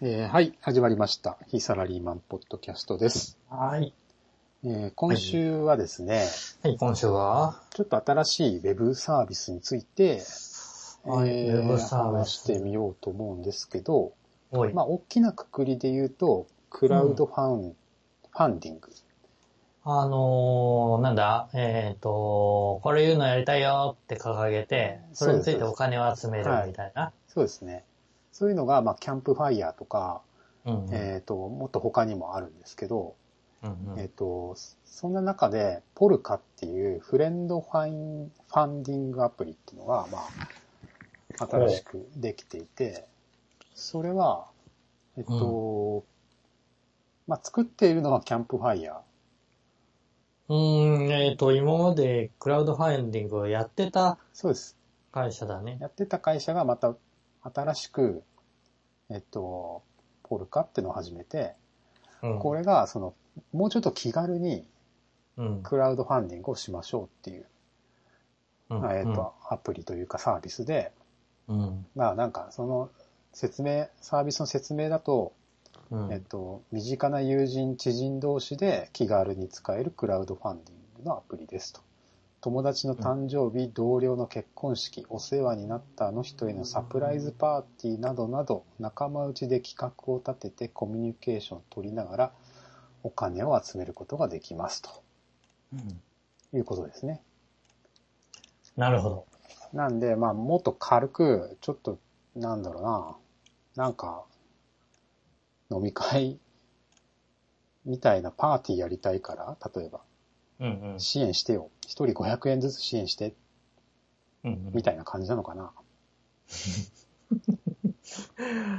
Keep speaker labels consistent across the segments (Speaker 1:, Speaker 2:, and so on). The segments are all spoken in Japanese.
Speaker 1: えーはい、始まりました。非サラリーマンポッドキャストです。
Speaker 2: はい。
Speaker 1: えー今週はですね、
Speaker 2: はい、今週は、
Speaker 1: ちょっと新しいウェブサービスについて、
Speaker 2: はい
Speaker 1: え
Speaker 2: ウェブサービス
Speaker 1: 話してみようと思うんですけど、
Speaker 2: おい。
Speaker 1: まあ、大きなくくりで言うと、クラウドファン、ファンディング。
Speaker 2: あのー、なんだ、えっ、と、これ言うのやりたいよって掲げて、それについてお金を集めるみたいな。
Speaker 1: そうですね。そういうのが、まあ、キャンプファイヤーとか、
Speaker 2: うんうん。
Speaker 1: えっ、と、もっと他にもあるんですけど、
Speaker 2: うんうん
Speaker 1: えっ、と、そんな中で、ポルカっていうフレンドファイン、ファンディングアプリっていうのが、まあ、新しくできていて、それは、えっ、と、まあ、作っているのはキャンプファイヤー。
Speaker 2: うーん、えっ、と、今までクラウドファインディングをやってた
Speaker 1: そうです。
Speaker 2: 会社だね。
Speaker 1: やってた会社がまた新しく、えっと、ポルカっていうのを始めて、
Speaker 2: うん。
Speaker 1: これがその、もうちょっと気軽に
Speaker 2: うん、
Speaker 1: クラウドファンディングをしましょうっていう、
Speaker 2: うん。
Speaker 1: えっと、アプリというかサービスで、
Speaker 2: うん。
Speaker 1: まあなんかその説明、サービスの説明だと、
Speaker 2: うん。
Speaker 1: えっと、身近な友人、知人同士で気軽に使えるクラウドファンディングのアプリですと。友達の誕生日、同僚の結婚式、お世話になったあの人へのサプライズパーティーなどなど、仲間内で企画を立ててコミュニケーションを取りながら、お金を集めることができますと
Speaker 2: うん
Speaker 1: いうことですね。
Speaker 2: なるほど。
Speaker 1: なんで、まあ、もっと軽く、ちょっと、なんだろうな、なんか、飲み会みたいなパーティーやりたいから、例えば、
Speaker 2: うんうん。
Speaker 1: 支援してよ。一人500円ずつ支援して、
Speaker 2: うんうん
Speaker 1: みたいな感じなのかな。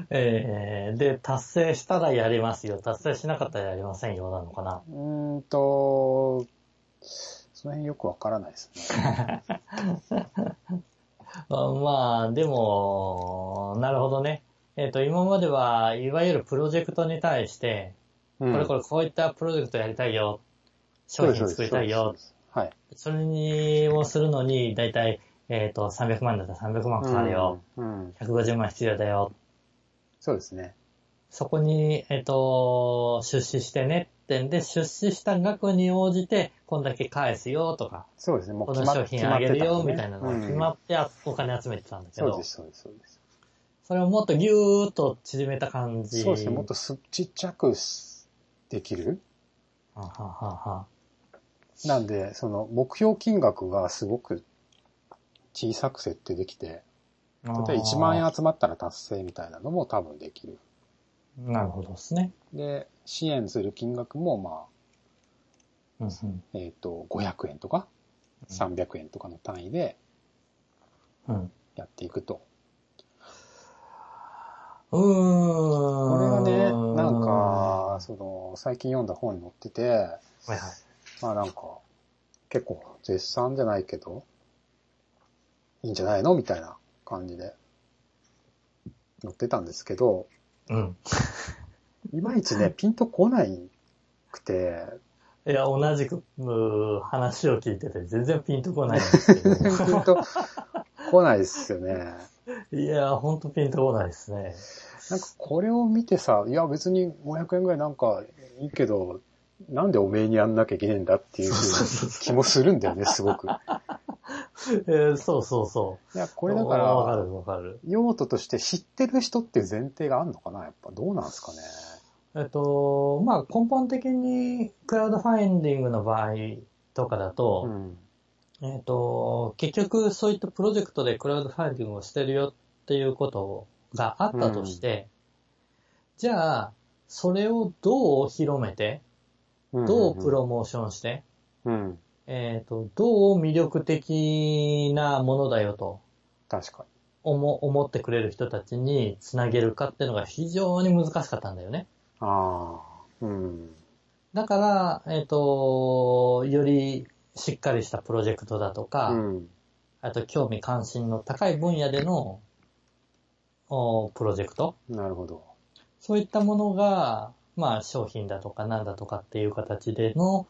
Speaker 2: えー、で、達成したらやりますよ。達成しなかったらやりませんよ、なのかな。
Speaker 1: うーんと、その辺よくわからないですね。
Speaker 2: あまあ、でも、なるほどね。えっ、と、今までは、いわゆるプロジェクトに対して、
Speaker 1: うん
Speaker 2: これこれこういったプロジェクトやりたいよ。商品作りたい
Speaker 1: そう
Speaker 2: よ
Speaker 1: で。す。そうです
Speaker 2: それに、をするのに、だいたい、えっ、と、300万だったら300万
Speaker 1: そうです
Speaker 2: か
Speaker 1: は
Speaker 2: か
Speaker 1: い。
Speaker 2: るよ。
Speaker 1: うん。うん。
Speaker 2: 150万必要だよ。
Speaker 1: そうですね。
Speaker 2: そこに、えっ、と、出資してねってんで、出資した額に応じて、こんだけ返すよとか、
Speaker 1: そうですね。もう
Speaker 2: こ
Speaker 1: 決
Speaker 2: の
Speaker 1: まっ
Speaker 2: 商品あげるよ、みたいなのが決ま
Speaker 1: っ
Speaker 2: ってあお金集めてたんだけ
Speaker 1: 決まってたんでねうんそう
Speaker 2: ど
Speaker 1: で、す、そうです、そうです。
Speaker 2: それをもっとぎゅーっと縮めた感じ。
Speaker 1: そうですね、もっとすちっちゃくすできる。
Speaker 2: はははは
Speaker 1: なんで、その目標金額がすごく小さく設定できて、例
Speaker 2: 例え
Speaker 1: えば1万円集まったら達成みたいなのも多分できる。
Speaker 2: なるほどですね。
Speaker 1: で、支援する金額も、ま
Speaker 2: うんうん
Speaker 1: あ、えっ、と、500円とか
Speaker 2: うん
Speaker 1: 300円とかの単位で
Speaker 2: うん。
Speaker 1: やっていくと。
Speaker 2: うーん。
Speaker 1: これがね、なんか、その、最近読んだ本に載ってて、
Speaker 2: はいはい。
Speaker 1: まあなんか、結構絶賛じゃないけど、いいんじゃないのみたいな感じで、載ってたんですけど、
Speaker 2: うん。
Speaker 1: いまいちね、ピンとこないくて、
Speaker 2: いや、同じく、うー話を聞いてて全然ピンとこないんです け
Speaker 1: ピンとこないですよね。
Speaker 2: ど。いや、ほんとピンとこないです ね。
Speaker 1: なんかこれを見てさ、いや別に500円ぐらいなんかいいけど、なんでおめえにやんなきゃいけねえんだっていう気もするんだよね、すごく。い
Speaker 2: えーそうそう そう。
Speaker 1: や、これだか、
Speaker 2: わからるわかる。
Speaker 1: 用途として知ってる人っていう前提があるのかなやっぱどうなんですかね。
Speaker 2: えっと、まあ、根本的に、クラウドファインディングの場合とかだと、
Speaker 1: ん。
Speaker 2: えっ、と、結局そういったプロジェクトでクラウドファンディングをしてるよっていうことがあったとして、じゃあ、それをどう広めて、どうプロモーションして、
Speaker 1: うん、
Speaker 2: えっ、と、どう魅力的なものだよと
Speaker 1: 確か
Speaker 2: 思思ってくれる人たちにつなげるかっていうのが非常に難しかったんだよね。
Speaker 1: に。ああ、うん。
Speaker 2: だから、えっ、と、よりしっかりしたプロジェクトだとか、
Speaker 1: うん。
Speaker 2: あと興味関心の高い分野でのおプロジェクト
Speaker 1: なるほど。
Speaker 2: そういったものが、まあ商品だとかなんだとかっていう形での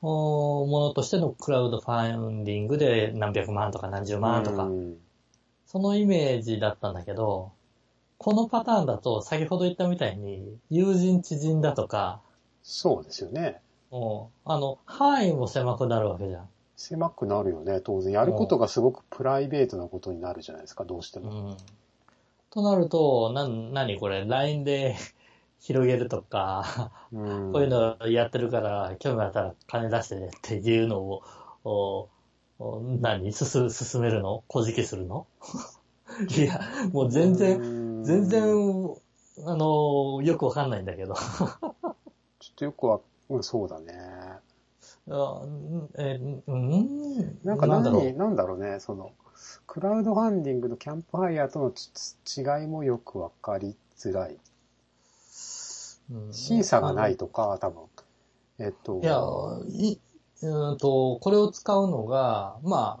Speaker 2: おものとしてのクラウドファンディングで何百万とか何十万とか、
Speaker 1: うん
Speaker 2: そのイメージだったんだけど、このパターンだと、先ほど言ったみたいに、友人、知人だとか、
Speaker 1: そうですよね。
Speaker 2: もう、あの、範囲も狭くなるわけじゃん。
Speaker 1: 狭くなるよね、当然。やることがすごくプライベートなことになるじゃないですか、どうして
Speaker 2: う
Speaker 1: も。
Speaker 2: ん。となると、な、なにこれ、LINE で 広げるとか、
Speaker 1: うん
Speaker 2: こういうのやってるから、興味あったら金出してねっていうのを、おお何すす、進めるのこじけするの いや、もう全然、
Speaker 1: 然
Speaker 2: 全然、あの、よくわかんないんだけど。
Speaker 1: ちょっとよくは、うん、そうだね。
Speaker 2: あんえーうん、
Speaker 1: なんか何、
Speaker 2: だ
Speaker 1: な
Speaker 2: ろうん
Speaker 1: だろうね、その、クラウドファンディングのキャンプファイヤーとのち違いもよくわかりづらい。
Speaker 2: うん
Speaker 1: 審査がないとか、多分。えっと、
Speaker 2: いや、い、うーんと、これを使うのが、まあ、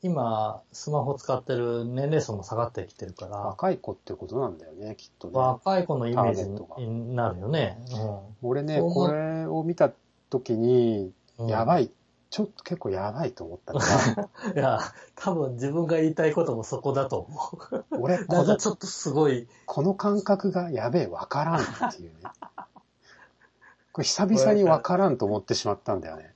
Speaker 2: 今、スマホ使ってる年齢層も下がってきてるから、
Speaker 1: 若い子ってことなんだよね、きっとね。
Speaker 2: 若い子のイメージ
Speaker 1: ターゲットが
Speaker 2: になるよね。
Speaker 1: 俺ね、
Speaker 2: そう思う
Speaker 1: これを見た時に、
Speaker 2: うん
Speaker 1: や
Speaker 2: い。
Speaker 1: ばい。ちょっと結構やばいと思ったの が、
Speaker 2: いや、多分自分が言いたいこともそこだと思
Speaker 1: 俺
Speaker 2: う。な
Speaker 1: こ
Speaker 2: んか
Speaker 1: の、
Speaker 2: ちょっとすごい、
Speaker 1: この感覚がやべえ、わからんっていうね。これ久々にわからんと思ってしまったんだよね。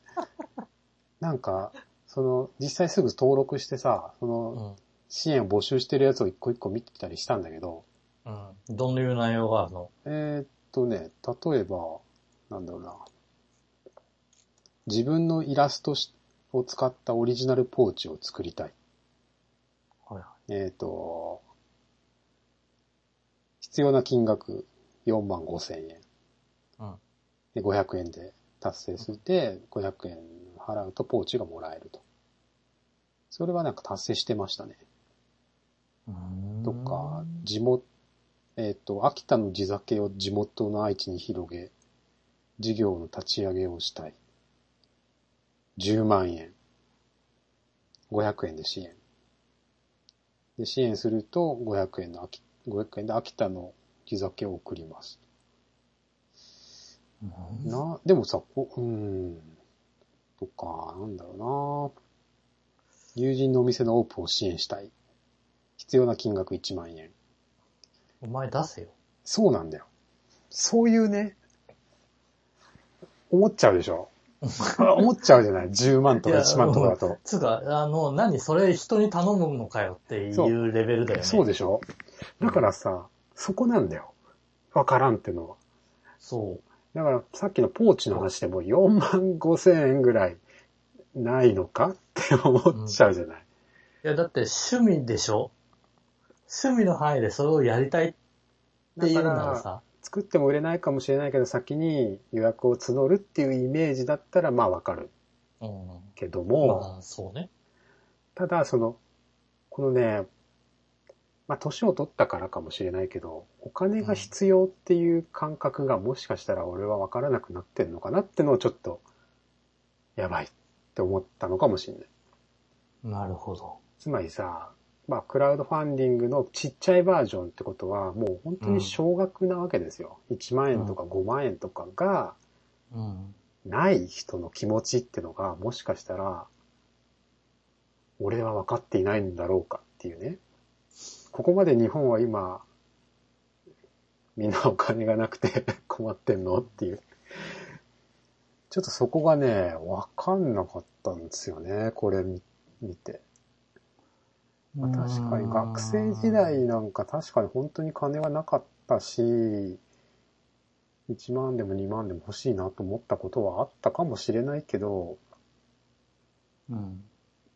Speaker 1: なんか、その、実際すぐ登録してさ、その、
Speaker 2: うん
Speaker 1: 支援を募集してるやつを一個一個見てきたりしたんだけど、
Speaker 2: うん、どういう内容があるの
Speaker 1: えーっとね、例えば、なんだろうな。自分のイラストしを使ったオリジナルポーチを作りたい。
Speaker 2: はいは
Speaker 1: えーっと、必要な金額4万5千円。
Speaker 2: うん
Speaker 1: で、500円で達成して、500円払うとポーチがもらえると。それはなんか達成してましたね。
Speaker 2: うーん
Speaker 1: とか、地元、えっ、と、秋田の地酒を地元の愛知に広げ、事業の立ち上げをしたい。10万円。500円で支援。で、支援すると500円の秋、500円で秋田の地酒を送ります。
Speaker 2: うん
Speaker 1: な、でもさ、こう、うーん。とか、なんだろうな友人のお店のオープンを支援したい。必要な金額1万円。
Speaker 2: お前出せよ。
Speaker 1: そうなんだよ。そういうね、思っちゃうでし ょ思っちゃうじゃない ?10 万とか
Speaker 2: いや
Speaker 1: 1万とかだと。
Speaker 2: つうか、あの、何それ人に頼むのかよっていうレベルだよね。
Speaker 1: そうでしょだからさ、そこなんだよ。わからんってのは。
Speaker 2: そう。
Speaker 1: だからさっきのポーチの話でも4万5千円ぐらいないのかって思っちゃうじゃない、
Speaker 2: いや、だって趣味でしょ趣味の範囲でそれをやりたいっていうな
Speaker 1: だからら
Speaker 2: さ、
Speaker 1: 作っても売れないかもしれないけど先に予約を募るっていうイメージだったらまあわかる
Speaker 2: うん。
Speaker 1: けども、
Speaker 2: まあ、そうね。
Speaker 1: ただ、その、このね、まあ、年を取ったからかもしれないけど、お金が必要っていう感覚がもしかしたら俺は分からなくなってんのかなってのをちょっと、やばいって思ったのかもしれない。
Speaker 2: なるほど。
Speaker 1: つまりさ、まあ、クラウドファンディングのちっちゃいバージョンってことは、もう本当に少額なわけですよ。1万円とか5万円とかが
Speaker 2: うん。
Speaker 1: ない人の気持ちってのが、もしかしたら、俺は分かっていないんだろうかっていうね。ここまで日本は今、みんなお金がなくて 困ってんのっていう。ちょっとそこがね、分かんなかったんですよね、これ見見て。まあ確かに学生時代なんか確かに本当に金はなかったし、1万でも2万でも欲しいなと思ったことはあったかもしれないけど、
Speaker 2: うん。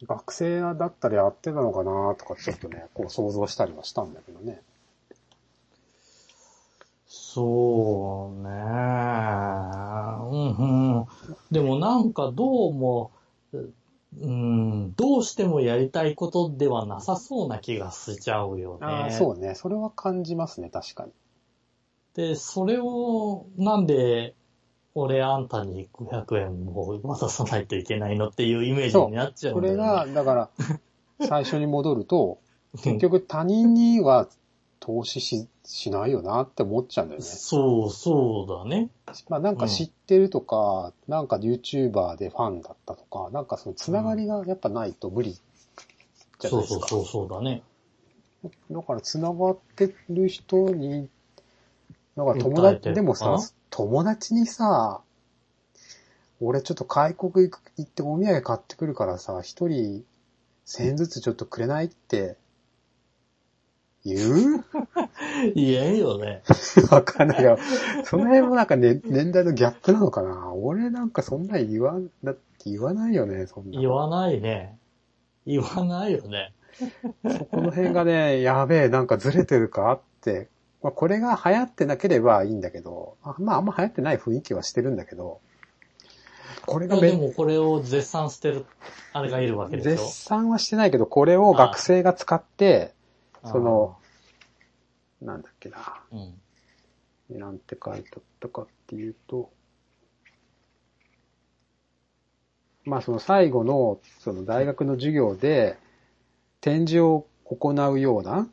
Speaker 1: 学生だったらやってたのかなとかちょっとね、こう想像したりはしたんだけどね。
Speaker 2: そうね。うん、うん。でもなんかどうも、うん、どうしてもやりたいことではなさそうな気がしちゃうよね。
Speaker 1: ああ、そうね。それは感じますね、確かに。
Speaker 2: で、それを、なんで、俺あんたに500円も渡さないといけないのっていうイメージになっちゃう
Speaker 1: そ
Speaker 2: んだ
Speaker 1: れ
Speaker 2: よ、ね。
Speaker 1: が、だから、最初に戻ると、
Speaker 2: うん
Speaker 1: 結局他人には投資し、しないよなって思っちゃうんだよね。
Speaker 2: そう、そうだね。
Speaker 1: まあなんか知ってるとか、なんか YouTuber でファンだったとか、なんかそのつながりがやっぱないと無理じゃな
Speaker 2: そ
Speaker 1: いうです
Speaker 2: そう
Speaker 1: か。
Speaker 2: そうそうだね。
Speaker 1: だから繋がってる人に、だから友
Speaker 2: 訴えて
Speaker 1: 達、
Speaker 2: る
Speaker 1: でもさ
Speaker 2: かな、
Speaker 1: 友達にさ、俺ちょっと外国行く行ってお土産買ってくるからさ、一人1000円ずつちょっとくれないって、言う
Speaker 2: 言えんよね。
Speaker 1: わかんないよ。その辺もなんか、ね、年代のギャップなのかな俺なんかそんなん言わん、だって言わないよね、そんな。
Speaker 2: 言わないね。言わないよね。
Speaker 1: そこの辺がね、やべえ、なんかずれてるかって、まあ、これが流行ってなければいいんだけど、あまあ、あんま流行ってない雰囲気はしてるんだけど、これが
Speaker 2: で
Speaker 1: め
Speaker 2: もこれを絶賛してる、あれがいるわけでし
Speaker 1: 絶
Speaker 2: ょ。
Speaker 1: 賛はしてないけど、これを学生が使って、その、なんだっけな、
Speaker 2: あー、うん。
Speaker 1: なんて書いてあったかっていうと、まあその最後の、その大学の授業で、展示を行うような、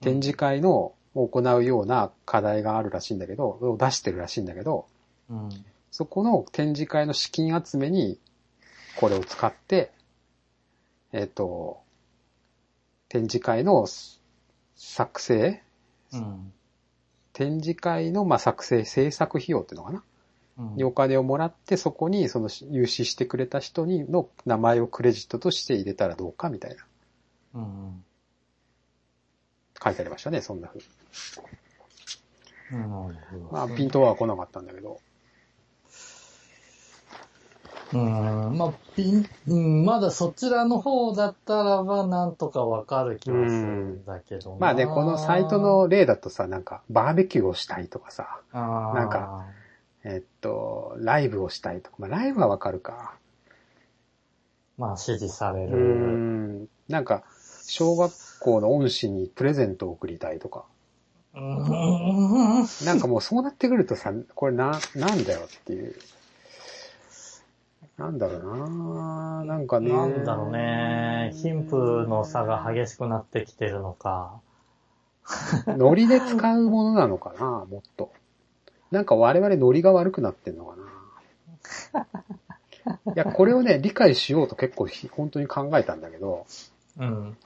Speaker 1: 展示会のを行うような課題があるらしいんだけど、を出してるらしいんだけど、
Speaker 2: うん。
Speaker 1: そこの展示会の資金集めに、これを使って、えっ、と、展示会の作成、
Speaker 2: うん。
Speaker 1: 展示会のまあ作成、制作費用っていうのかな、
Speaker 2: うん
Speaker 1: にお金をもらって、そこにその融資してくれた人にの名前をクレジットとして入れたらどうかみたいな、
Speaker 2: うん。
Speaker 1: 書いてありましたね、そんな風に。
Speaker 2: うん。
Speaker 1: まあ、ピントは来なかったんだけど。
Speaker 2: うん。まあ、ピン、うん、まだそちらの方だったらば、なんとかわかる気はするんだけどな
Speaker 1: まあね、このサイト、の例だとさ、なんか、バーベキューをしたいとかさ、な
Speaker 2: なん
Speaker 1: か、えっと、ライブをしたいとか、まあ、ライブはわかるか。
Speaker 2: まあ、指示され
Speaker 1: う
Speaker 2: る。
Speaker 1: ん。なんか、小学校の恩師にプレゼントを送りたいとか。
Speaker 2: うん。
Speaker 1: なんかもうそうなってくるとさ、これな、なんだよっていう。なんだろうななんかね。
Speaker 2: なんだろうね。貧富の差が激しくなってきてるのか。
Speaker 1: ノリで使うものなのかなもっと。なんか我々ノリが悪くなってんのかないや、これをね、理解しようと結構ひ本当に考えたんだけど、
Speaker 2: うん。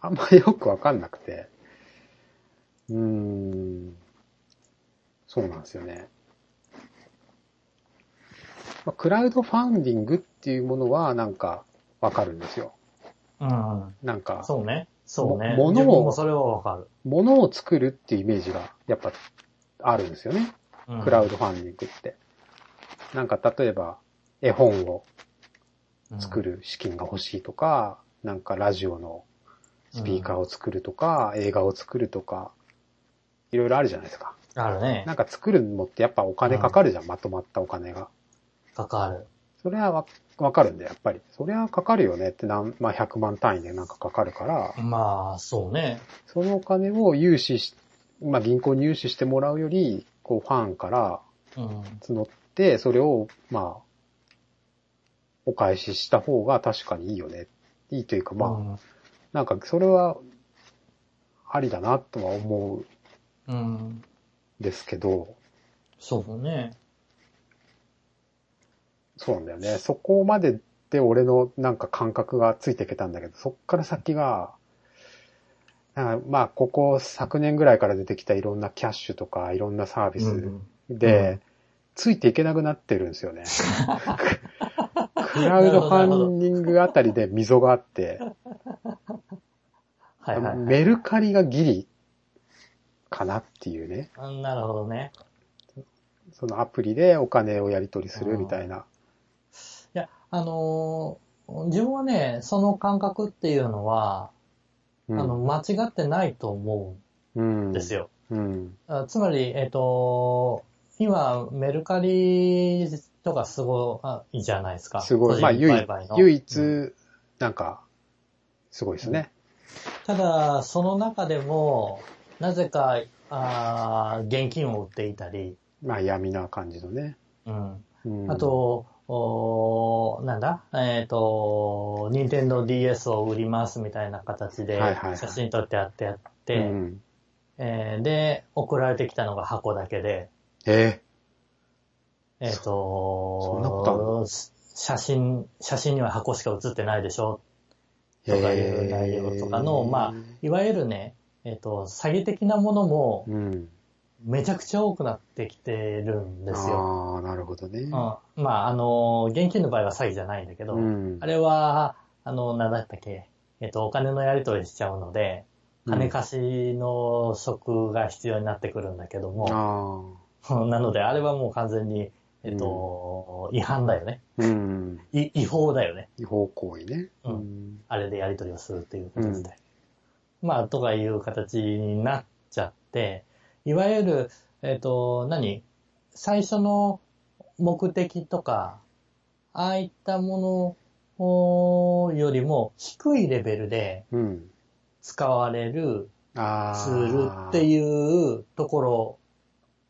Speaker 1: あんまりよくわかんなくて。うーん。そうなんですよね。まあクラウドファンディングっていうものはなんかわかるんですよ。
Speaker 2: うん。
Speaker 1: なんか、
Speaker 2: そうね。そうね。
Speaker 1: も物を
Speaker 2: 自分もそれはわかる。
Speaker 1: 物を作るっていうイメージがやっぱあるんですよね。
Speaker 2: うん
Speaker 1: クラウドファンディングって。なんか例えば絵本を作る資金が欲しいとか、なんかラジオのスピーカーを作るとか、映画を作るとか、いろいろあるじゃないですか。
Speaker 2: うんあるね
Speaker 1: な。んか作るのってやっぱお金かかるじゃん、まとまったお金が。
Speaker 2: かかる。
Speaker 1: それはわわかるんだよ、やっぱり。それはかかるよねってなん、まあ、100万単位でなんかかかるから、
Speaker 2: まあ、そうね。
Speaker 1: そのお金を融資し、まあ、銀行に融資してもらうより、こうファンから
Speaker 2: うん。
Speaker 1: 募って、それを、まあ、お返しした方が確かにいいよね。いいというか、まあ、なんかそれは、ありだなとは思うん
Speaker 2: あ。うん。
Speaker 1: ですけど、
Speaker 2: そうね。
Speaker 1: そうなんだよね。そこまでで俺のなんか感覚がついていけたんだけど、そっから先が、なんかまあ、ここ昨年ぐらいから出てきたいろんなキャッシュとかいろんなサービスで、
Speaker 2: うん
Speaker 1: ついていけなくなってるんですよ ね。クラウドファンディングあたりで溝があって、
Speaker 2: はいはいはい。
Speaker 1: メルカリがギリかなっていうね。
Speaker 2: あなるほどね。
Speaker 1: そのアプリでお金をやり取りするみたいな。
Speaker 2: いや、あのー自分はね、その感覚っていうのは、
Speaker 1: うん、
Speaker 2: あの、間違ってないと思
Speaker 1: うん、
Speaker 2: うんですよ。
Speaker 1: うん。
Speaker 2: あつまり、えっ、と、今、メルカリとかすごいじゃないですか。
Speaker 1: すごい。ま
Speaker 2: 個
Speaker 1: あ、
Speaker 2: 人
Speaker 1: 唯
Speaker 2: 売買の
Speaker 1: 唯一
Speaker 2: うん、
Speaker 1: なんか、すごいですね。
Speaker 2: ただ、その中でも、なぜか、あー現金を売っていたり、
Speaker 1: まあ、闇な感じのね。
Speaker 2: うん。
Speaker 1: うん
Speaker 2: あ、と、おーなんだえっ、と、任天堂 DS を売りますみたいな形で
Speaker 1: はいはいはい
Speaker 2: 写真撮ってやってやって、
Speaker 1: うん、
Speaker 2: えーで、送られてきたのが箱だけで、
Speaker 1: え
Speaker 2: えっ、
Speaker 1: そ
Speaker 2: と
Speaker 1: んなことある
Speaker 2: 写真、写真には箱しか写ってないでしょとかいう内容とかの、まあ、いわゆるね、えっ、と、詐欺的なものも
Speaker 1: うん。
Speaker 2: めちゃくちゃ多くなってきてるんですよ。
Speaker 1: ああ、なるほどね。
Speaker 2: うん、まあ、あの、現金の場合は詐欺じゃないんだけど、
Speaker 1: うん
Speaker 2: あれは、あの、なんだったっけ、えっ、と、お金のやり取りしちゃうので、金貸しの職が必要になってくるんだけども、
Speaker 1: あ
Speaker 2: なので、あれはもう完全に、えっと、違反だよね。
Speaker 1: あ。うん。
Speaker 2: い違法だよね。
Speaker 1: 違法行為ね。
Speaker 2: うん
Speaker 1: ん。
Speaker 2: あれでやり取りをするっていうこと自体。まあ、とかいう形になっちゃって、いわゆる、えっと、何最初の目的とか、ああいったものをよりも低いレベルで
Speaker 1: うん。
Speaker 2: 使われる
Speaker 1: ああ。
Speaker 2: ツールっていうところ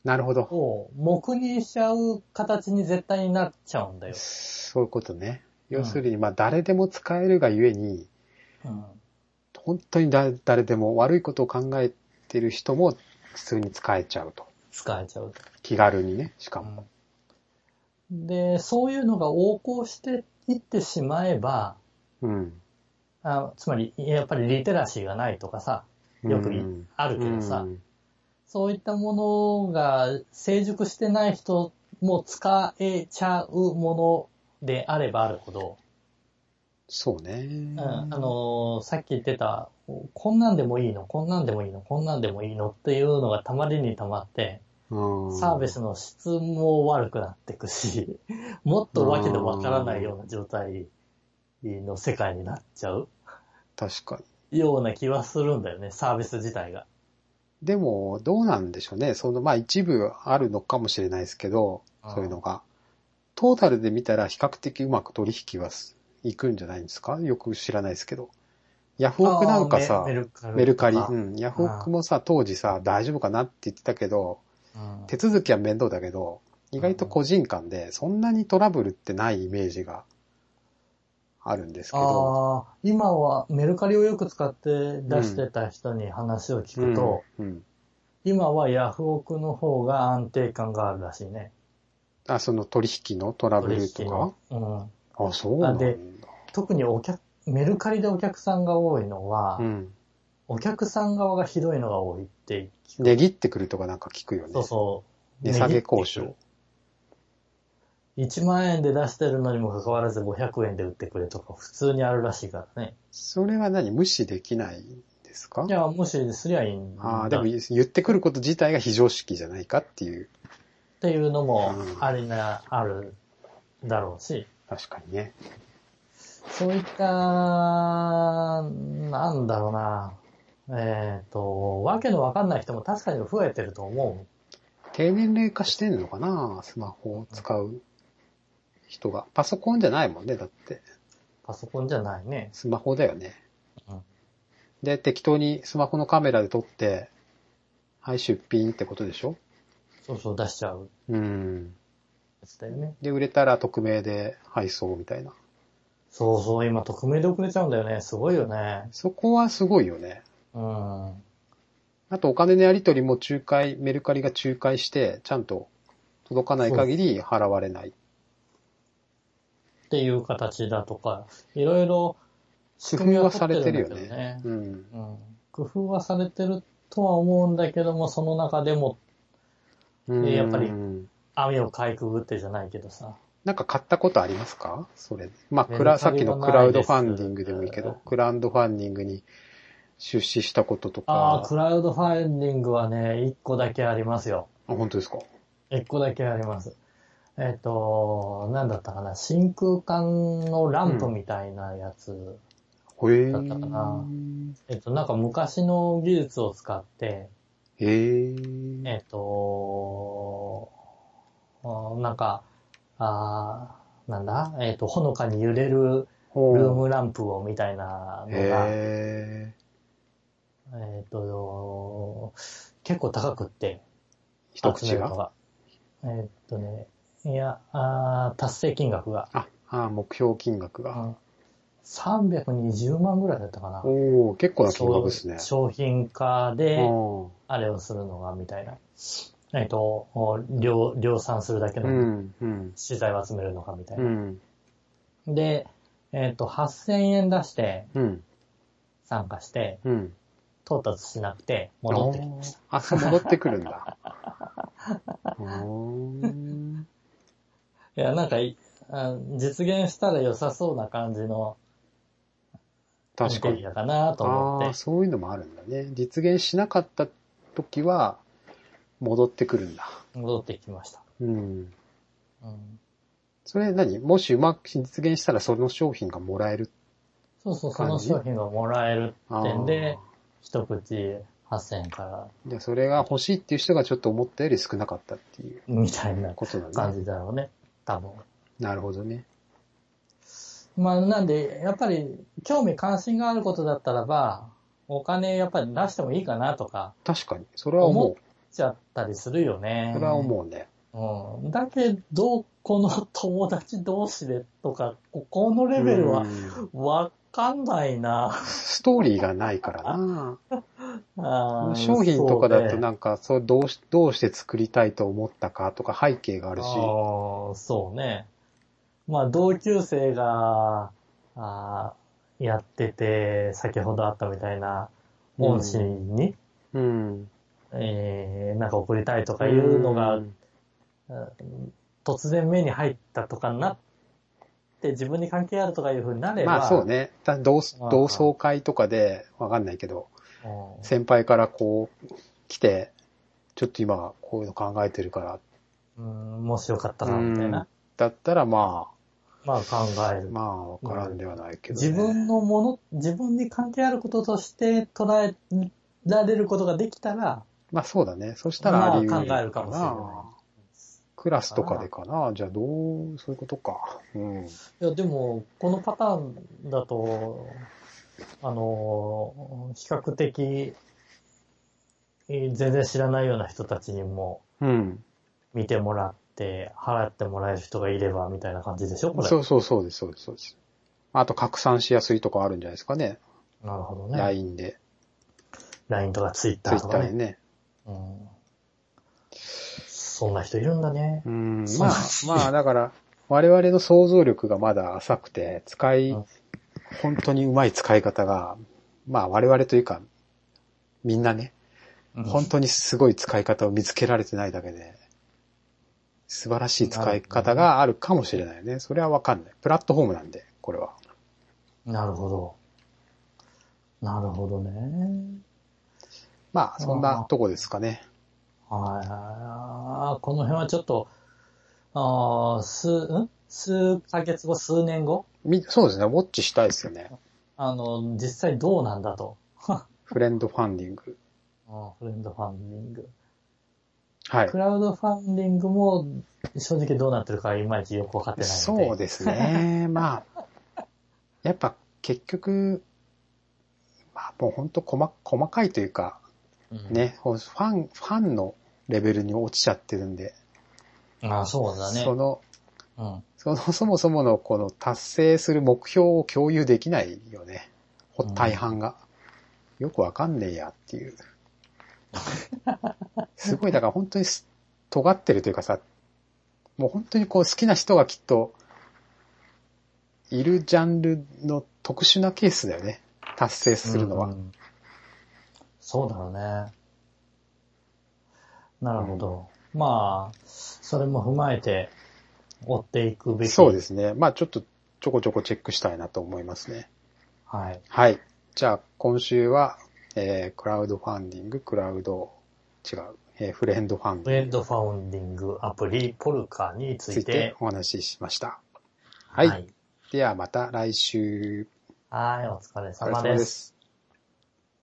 Speaker 1: なるほど。
Speaker 2: を黙認しちゃう形に絶対になっちゃうんだよ。
Speaker 1: そういうことね。要するに、まあ、誰でも使えるがゆえに、
Speaker 2: うん
Speaker 1: 本当に誰誰でも悪いことを考えてる人も普通に使えちゃうと。
Speaker 2: 使えちゃう。
Speaker 1: 気軽にね、しかも。
Speaker 2: で、そういうのが横行していってしまえば、
Speaker 1: うん。
Speaker 2: あつまり、やっぱりリテラシーがないとかさ、よくい
Speaker 1: うん
Speaker 2: あるけどさ、
Speaker 1: うん
Speaker 2: そういったものが成熟してない人も使えちゃうものであればあるほど、
Speaker 1: そうね。
Speaker 2: うんあのーさっき言ってた、こんなんでもいいの、こんなんでもいいの、こんなんでもいいのっていうのがたまりにたまって、
Speaker 1: うん
Speaker 2: サービスの質も悪くなっていくし、 もっとわけでわからないような状態の世界になっちゃう
Speaker 1: 確かに。
Speaker 2: ような気はするんだよね、サービス自体が。
Speaker 1: でも、どうなんでしょうね。その、まあ一部あるのかもしれないですけど、
Speaker 2: うん
Speaker 1: そういうのが。トータルで見たら比較的うまく取引はすいくんじゃないんですかよく知らないですけど。ヤフオクなんか
Speaker 2: あー
Speaker 1: さ、
Speaker 2: メルカリとか。
Speaker 1: メルカリ、うん。ヤフオクもさ、当時さ、大丈夫かなって言ってたけど、
Speaker 2: うん
Speaker 1: 手続きは面倒だけど、意外と個人間で、そんなにトラブルってないイメージがあるんですけど。
Speaker 2: ああ、今はメルカリをよく使って出してた人に話を聞くと、
Speaker 1: うん、うん。
Speaker 2: 今はヤフオクの方が安定感があるらしいね。
Speaker 1: あ、その取引のトラブ
Speaker 2: 取
Speaker 1: ルと
Speaker 2: 引
Speaker 1: か
Speaker 2: の。うん。
Speaker 1: あ、そうなんだ。
Speaker 2: あで特にお客、メルカリでお客さんが多いのは、
Speaker 1: うん。
Speaker 2: お客さん側がひどいのが多いって聞く。
Speaker 1: 値切ってくるとかなんか聞くよね。
Speaker 2: そうそう。
Speaker 1: 値下げ交渉。。
Speaker 2: 1万円で出してるのにもかかわらず500円で売ってくれとか普通にあるらしいからね。
Speaker 1: それは何無視できないんですか
Speaker 2: いや、もしすりゃいいんだ
Speaker 1: ああ、
Speaker 2: っ
Speaker 1: でも言ってくること自体が非常識じゃないかっていう。
Speaker 2: ていうのもありな、あるだろうし、
Speaker 1: 確かにね。
Speaker 2: そういった、なんだろうな、えっ、と、わけのわかんない人も確かに増えてると思
Speaker 1: 低年齢化してんのかなスマホを使う人が。パソコンじゃないもんね、だって。
Speaker 2: う。パソコンじゃないね。
Speaker 1: スマホだよね
Speaker 2: うん。
Speaker 1: で、適当にスマホのカメラで撮って、はい、出品ってことでしょ
Speaker 2: そうそう、出しちゃう
Speaker 1: うん。
Speaker 2: やつだよね。
Speaker 1: で、売れたら匿名で配送みたいな。
Speaker 2: そうそう、今匿名で送れちゃうんだよね。すごいよね。
Speaker 1: そこはすごいよね。
Speaker 2: うん。
Speaker 1: あとお金のやり取りも仲介、メルカリが仲介して、ちゃんと届かない限り払われない。
Speaker 2: っていう形だとか、いろいろ仕組みは取ってるんだけどね。
Speaker 1: うん。
Speaker 2: うん工夫はされてるとは思うんだけども、その中でも
Speaker 1: うん
Speaker 2: やっぱり網をかいくぐってじゃないけどさ。
Speaker 1: なんか買ったことありますかそれ。まあ、クラ、
Speaker 2: メルカ
Speaker 1: さっき
Speaker 2: リは
Speaker 1: のクラウドファ
Speaker 2: な
Speaker 1: ン
Speaker 2: いです
Speaker 1: ディングでもいいけど、クラウドファンディングに出資したことと
Speaker 2: ああ、
Speaker 1: か。
Speaker 2: クラウドファンディングはね、一個だけありますよ。
Speaker 1: あ、本当ですか
Speaker 2: 一個だけあります。えっ、と、なんだったかな、真空管のランプみたいなやつ。
Speaker 1: へえ。
Speaker 2: だったかなえっと、なんか昔の技術を使って、
Speaker 1: へえ。
Speaker 2: えっ、と、あなんか、あーなんだえっ、と、ほのかに揺れるル
Speaker 1: ほう
Speaker 2: ームランプをみたいなのが、えっ、
Speaker 1: へえ。
Speaker 2: と、結構高くって、
Speaker 1: 一口
Speaker 2: 集める
Speaker 1: が
Speaker 2: のが。えっ、とね、いやあー、達成金額が、
Speaker 1: あ、あ目標金額
Speaker 2: う
Speaker 1: が。
Speaker 2: ん320万ぐらいだったかな。
Speaker 1: おお結構な金額ですね。
Speaker 2: 商商品化で、
Speaker 1: うん
Speaker 2: あれをするのが、みたいな。えっ、と、量量産するだけ
Speaker 1: う
Speaker 2: の
Speaker 1: ん、うん、
Speaker 2: 資材を集めるのか、みたいうな。
Speaker 1: ん。
Speaker 2: で、えっ、と、8000円出して
Speaker 1: うん。
Speaker 2: 参加して、
Speaker 1: うん。
Speaker 2: 到達しなくて戻ってきました。
Speaker 1: あ、そう、戻ってくるん だ。うーん。
Speaker 2: いや、なんかいあ、実現したら良さそうな感じのイン
Speaker 1: 確か
Speaker 2: テ
Speaker 1: に
Speaker 2: リ。アかなと思
Speaker 1: ああ、
Speaker 2: って。
Speaker 1: そういうのもあるんだね。実現しなかった時は、戻ってくるんだ。
Speaker 2: 戻ってきました。
Speaker 1: うん。
Speaker 2: うん、
Speaker 1: それ何もしうまく実現したらその商品がもらえる
Speaker 2: そうそう、その
Speaker 1: 感じ
Speaker 2: 商品がもらえる
Speaker 1: あ
Speaker 2: ってん
Speaker 1: ー
Speaker 2: で、一口8000円から、
Speaker 1: で、それが欲しいっていう人がちょっと思ったより少なかったっていう
Speaker 2: みたいな
Speaker 1: ことなんだ、
Speaker 2: 感
Speaker 1: ね。
Speaker 2: じだろうね。多分。
Speaker 1: なるほどね。
Speaker 2: まあ、なんで、やっぱり、興味関心があることだったらば、お金やっぱり出してもいいかなとか、
Speaker 1: 確かに。それは思
Speaker 2: 思ちゃったりするよ
Speaker 1: う。
Speaker 2: ね。
Speaker 1: それは思うね。
Speaker 2: うん。だけど、この友達同士でとか、ここのレベルは
Speaker 1: う、ん
Speaker 2: わかんな いな。
Speaker 1: ストーリーがないからな。
Speaker 2: あー
Speaker 1: 商品とかだと
Speaker 2: そうね
Speaker 1: なんか、そう、どうし、どうして作りたいと思ったかとか背景があるし。
Speaker 2: あーそうね。まあ、同級生が、あーやってて、先ほどあったみたいな、恩師に、
Speaker 1: うん。
Speaker 2: えー、なんか送りたいとかいうのが、
Speaker 1: うん
Speaker 2: 突然目に入ったとかなって、自分に関係あるとかいう風になれば、
Speaker 1: まあそうね。だ同
Speaker 2: ああ
Speaker 1: 同窓会とかで、わかんないけど、
Speaker 2: うん
Speaker 1: 先輩からこう、来て、ちょっと今こういうの考えてるから、
Speaker 2: うん、もしよかったら、みたいな。
Speaker 1: だったらま
Speaker 2: まあ考え
Speaker 1: あ、
Speaker 2: る。
Speaker 1: まあわからんではないけど、ね。
Speaker 2: 自分のもの、自分に関係あることとして捉えられることができたら、
Speaker 1: まあそうだね。そしたらあり得
Speaker 2: まあ考えるかもしれな
Speaker 1: クラスとかでかな。じゃあどう、そういうことか。うん。
Speaker 2: いや、でも、このパターンだと、あの、比較的、えー全然知らないような人たちにも
Speaker 1: うん。
Speaker 2: 見てもらって、払ってもらえる人がいれば、みたいな感じでしょこれ。
Speaker 1: そうそうそうです、そうです、そうです。あと拡散しやすいとかあるんじゃないですかね。
Speaker 2: なるほどね。
Speaker 1: LINE で、
Speaker 2: LINE とか Twitter とか
Speaker 1: Twitter で
Speaker 2: ね。
Speaker 1: ね。
Speaker 2: うん、そんな人いるんだね。
Speaker 1: うん
Speaker 2: そう
Speaker 1: まあ、まあ、だから、我々の想像力がまだ浅くて、使い
Speaker 2: うん、
Speaker 1: 本当にうまい使い方が、まあ我々というか、みんなね、本当にすごい使い方を見つけられてないだけで、素晴らしい使い方があるかもしれないよね。それはわかんない。プラットフォームなんで、これは。
Speaker 2: なるほど。なるほどね。
Speaker 1: まあ、そんなとこですかね。
Speaker 2: はいあー。この辺はちょっと、あー数、ん数ヶ月後、数年後
Speaker 1: みそうですね、ウォッチしたいですよね。
Speaker 2: あの、実際どうなんだと。
Speaker 1: フレンドファンディング。
Speaker 2: うんフレンドファンディング。
Speaker 1: はい
Speaker 2: ク。ラウドファンディングも、正直どうなってるかいまいちよくわかってないので。
Speaker 1: そうです ね。まあ、やっぱ結局、まあもう本当細細かいというか、
Speaker 2: うん。
Speaker 1: ね、ファン、ファンのレベルに落ちちゃってるんで、
Speaker 2: あーそうだね。
Speaker 1: その、
Speaker 2: うん。
Speaker 1: そのそもそものこの達成する目標を共有できないよね。ほ
Speaker 2: うん
Speaker 1: 大半が。よくわかんねえやっていう。すごい、だから本当にす尖ってるというかさ、もう本当にこう好きな人がきっと、いるジャンルの特殊なケースだよね。達成するのは。
Speaker 2: うんそうだろうね。なるほど。まあ、それも踏まえて、追っていくべき。
Speaker 1: そうですね。まあちょっとちょこちょこチェックしたいなと思いますね。
Speaker 2: はい。
Speaker 1: はい。じゃあ、今週は、えー、クラウドファンディング、クラウド、違う、えーフレンドファンデ
Speaker 2: ブ
Speaker 1: ィング
Speaker 2: レンドファウンディングアプリポルカにつ
Speaker 1: につ
Speaker 2: い
Speaker 1: いて
Speaker 2: て。
Speaker 1: お話ししました。はい。
Speaker 2: はい。
Speaker 1: では、また来週。
Speaker 2: はいお疲
Speaker 1: お疲
Speaker 2: れ
Speaker 1: れ
Speaker 2: 様
Speaker 1: 様
Speaker 2: で。
Speaker 1: ですす。